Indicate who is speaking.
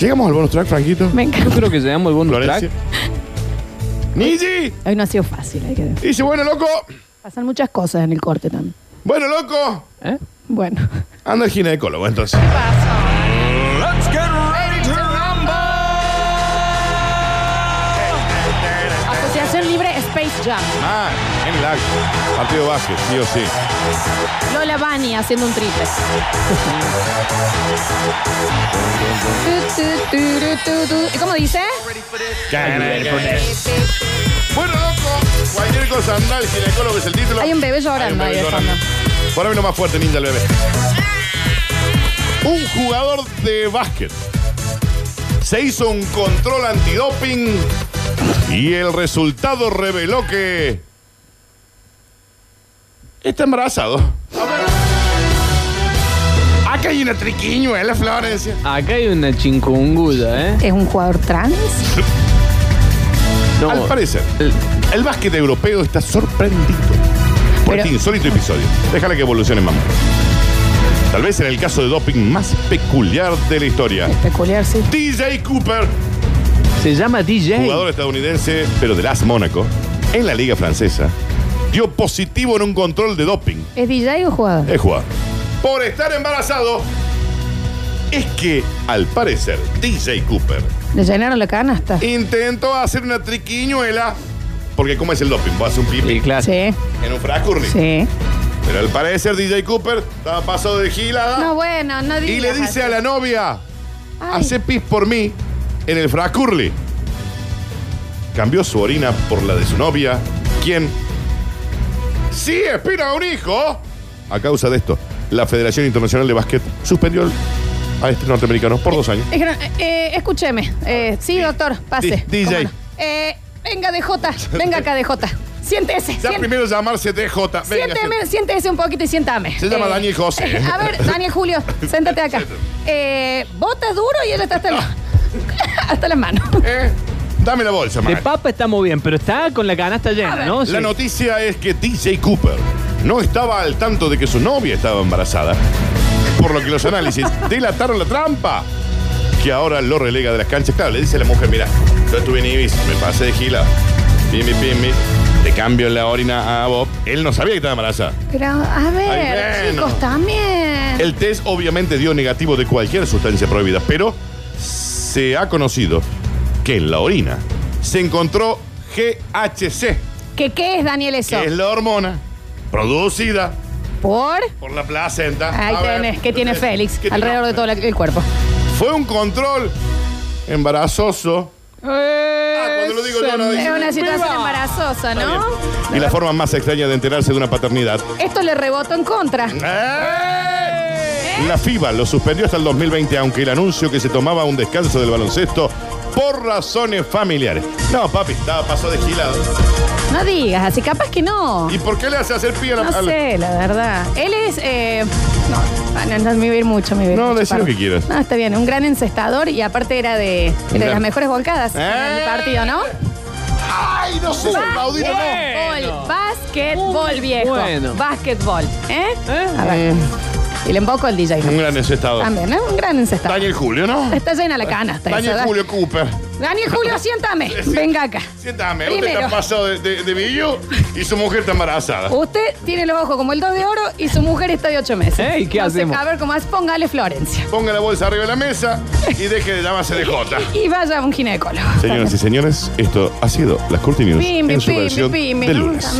Speaker 1: Llegamos al bonus track, Franquito.
Speaker 2: Me
Speaker 3: Yo
Speaker 2: encanta.
Speaker 3: creo que llegamos al bonus
Speaker 1: Florencia.
Speaker 3: track.
Speaker 1: Niji
Speaker 2: Hoy no ha sido fácil, hay que decir.
Speaker 1: dice, bueno, loco,
Speaker 2: Pasan muchas cosas en el corte también.
Speaker 1: bueno, loco.
Speaker 3: ¿Eh?
Speaker 2: Bueno.
Speaker 1: Anda el ginecólogo, entonces.
Speaker 4: Let's get ready to
Speaker 2: Asociación Libre Space Jam.
Speaker 1: Ah, en el acto. Partido de básquet, sí o sí.
Speaker 2: Lola Bani haciendo un triple. Tu, tu, tu, tu, tu, tu. ¿Y cómo dice?
Speaker 1: Bueno, loco, cualquier cosa anda el ginecólogo, es el título.
Speaker 2: Hay un bebé llorando
Speaker 1: Hay un bebé
Speaker 2: ahí de
Speaker 1: llorando. Poneme lo más fuerte, ninja, el bebé. Un jugador de básquet se hizo un control antidoping y el resultado reveló que está embarazado. A ver. Acá Ah, hay una triquiñuela, Florencia.
Speaker 3: Acá hay una chincungulla, ¿eh?
Speaker 2: ¿Es un jugador trans?
Speaker 3: No.
Speaker 1: Al parecer,
Speaker 3: El-
Speaker 1: el básquet europeo está sorprendido por
Speaker 2: Pero-
Speaker 1: este insólito episodio. Déjala que evolucione, mamá. Tal vez en el caso de doping más peculiar de la historia.
Speaker 2: Es peculiar, sí.
Speaker 1: DJ Cooper,
Speaker 3: Se llama DJ.
Speaker 1: jugador estadounidense, pero del AS Mónaco, en la liga francesa, dio positivo en un control de doping.
Speaker 2: ¿Es DJ o jugador?
Speaker 1: Es jugador. Por estar embarazado, es que, al parecer, DJ Cooper
Speaker 2: ¿Le llenaron la canasta?
Speaker 1: intentó hacer una triquiñuela. Porque, ¿cómo es el doping? Vos haces un pipí
Speaker 3: Sí, claro.
Speaker 2: Sí,
Speaker 1: en un frascurri.
Speaker 2: sí.
Speaker 1: Pero al parecer DJ Cooper estaba pasado de gilada
Speaker 2: No, bueno, no digas.
Speaker 1: y le dice a la novia,
Speaker 2: Ay.
Speaker 1: hace pis por mí en el fracurli. Cambió su orina por la de su novia, quien sí espina a un hijo. A causa de esto, la Federación Internacional de Básquet suspendió el- a este norteamericano por dos años.
Speaker 2: Es que no- eh, eh, escúcheme. Eh, sí, doctor, pase.
Speaker 1: Di- DJ.
Speaker 2: ¿Cómo no? Eh, venga, DJ. Venga acá, DJ. Siéntese.
Speaker 1: Ya
Speaker 2: siéntese.
Speaker 1: primero llamarse DJ. Venga,
Speaker 2: Siénteme, siéntese un poquito y siéntame. Eh,
Speaker 1: Se llama Daniel José. ¿eh?
Speaker 2: a ver, Daniel Julio, siéntate acá.
Speaker 1: Siéntate.
Speaker 2: Eh, bota duro y él está hasta, la-
Speaker 1: Ah.
Speaker 2: hasta las manos.
Speaker 1: eh, dame la bolsa,
Speaker 3: De
Speaker 1: man.
Speaker 3: papa estamos bien, pero está con la canasta
Speaker 2: A
Speaker 3: llena,
Speaker 2: ver.
Speaker 3: ¿no?
Speaker 1: La
Speaker 3: Sí.
Speaker 1: noticia es que DJ Cooper no estaba al tanto de que su novia estaba embarazada, por lo que los análisis delataron la trampa, que ahora lo relega de las canchas. Claro, le dice a la mujer, mira, yo estuve en Ibis, me pasé de gila, pimbi, pimbi, te cambio la orina a Bob. Él no sabía que estaba embarazada.
Speaker 2: Pero, a ver,
Speaker 1: Ay, bueno.
Speaker 2: chicos, también.
Speaker 1: El test obviamente dio negativo de cualquier sustancia prohibida, pero se ha conocido que en la orina se encontró GHC,
Speaker 2: ¿Qué, ¿Qué es, Daniel, eso?
Speaker 1: que es la hormona producida
Speaker 2: Por.
Speaker 1: Por la placenta.
Speaker 2: Ahí
Speaker 1: A ver, Eh,
Speaker 2: tenés, ¿qué tiene
Speaker 1: ¿qué
Speaker 2: Félix
Speaker 1: tiene?
Speaker 2: alrededor de todo la- el cuerpo?
Speaker 1: Fue un control embarazoso. Ah, cuando lo digo yo no
Speaker 2: Es
Speaker 1: dice.
Speaker 2: una situación embarazosa, ¿no?
Speaker 1: Y la forma más extraña de enterarse de una paternidad.
Speaker 2: Esto le rebotó en contra.
Speaker 1: ¡Eh! La FIBA lo suspendió hasta el 2020, aunque el anuncio que se tomaba un descanso del baloncesto por razones familiares. No, papi, estaba paso de gilado.
Speaker 2: No digas, así capaz que no.
Speaker 1: ¿Y por qué le hace hacer pie a la
Speaker 2: No
Speaker 1: a la-
Speaker 2: sé, la verdad. Él es. eh, no, ah, no, no, me voy a ir mucho, me voy a ir
Speaker 1: No,
Speaker 2: mucho,
Speaker 1: decí
Speaker 2: perdón.
Speaker 1: lo que quieras.
Speaker 2: No, está bien, un gran encestador y aparte era de, era de
Speaker 1: Mira.
Speaker 2: las mejores volcadas en
Speaker 1: ¡Eh!
Speaker 2: el partido, ¿no?
Speaker 1: ¡Ay, no sé si aplaudir o no!
Speaker 2: Básquetbol, básquetbol viejo.
Speaker 3: bueno.
Speaker 2: Básquetbol, ¿eh?
Speaker 3: ¿Eh?
Speaker 2: A ver. Y le emboco el DJ.
Speaker 1: Un gran encestador.
Speaker 2: También, ¿eh? Un gran encestador.
Speaker 1: Daniel Julio, ¿no?
Speaker 2: Está llena la canasta.
Speaker 1: Daniel
Speaker 2: esa, ¿da?
Speaker 1: Julio Cooper.
Speaker 2: Daniel Julio, siéntame.
Speaker 1: Sí.
Speaker 2: Venga acá.
Speaker 1: Siéntame, usted
Speaker 2: Primero.
Speaker 1: está pasado de, de, de billo y su mujer está embarazada.
Speaker 2: Usted tiene los ojos como el dos de oro y su mujer está de ocho meses.
Speaker 3: Ey, ¿qué
Speaker 2: Entonces,
Speaker 3: hacemos?
Speaker 2: A ver cómo es, póngale Florencia.
Speaker 1: Ponga la bolsa arriba de la mesa y deje de llamarse de Jota.
Speaker 2: Y vaya a un ginecólogo.
Speaker 1: Señoras y señores, esto ha sido Las Curti News
Speaker 2: Pimbi,
Speaker 1: en su
Speaker 2: pimbi,
Speaker 1: versión
Speaker 2: pimbi,
Speaker 1: de
Speaker 2: ¿no?
Speaker 1: lunes.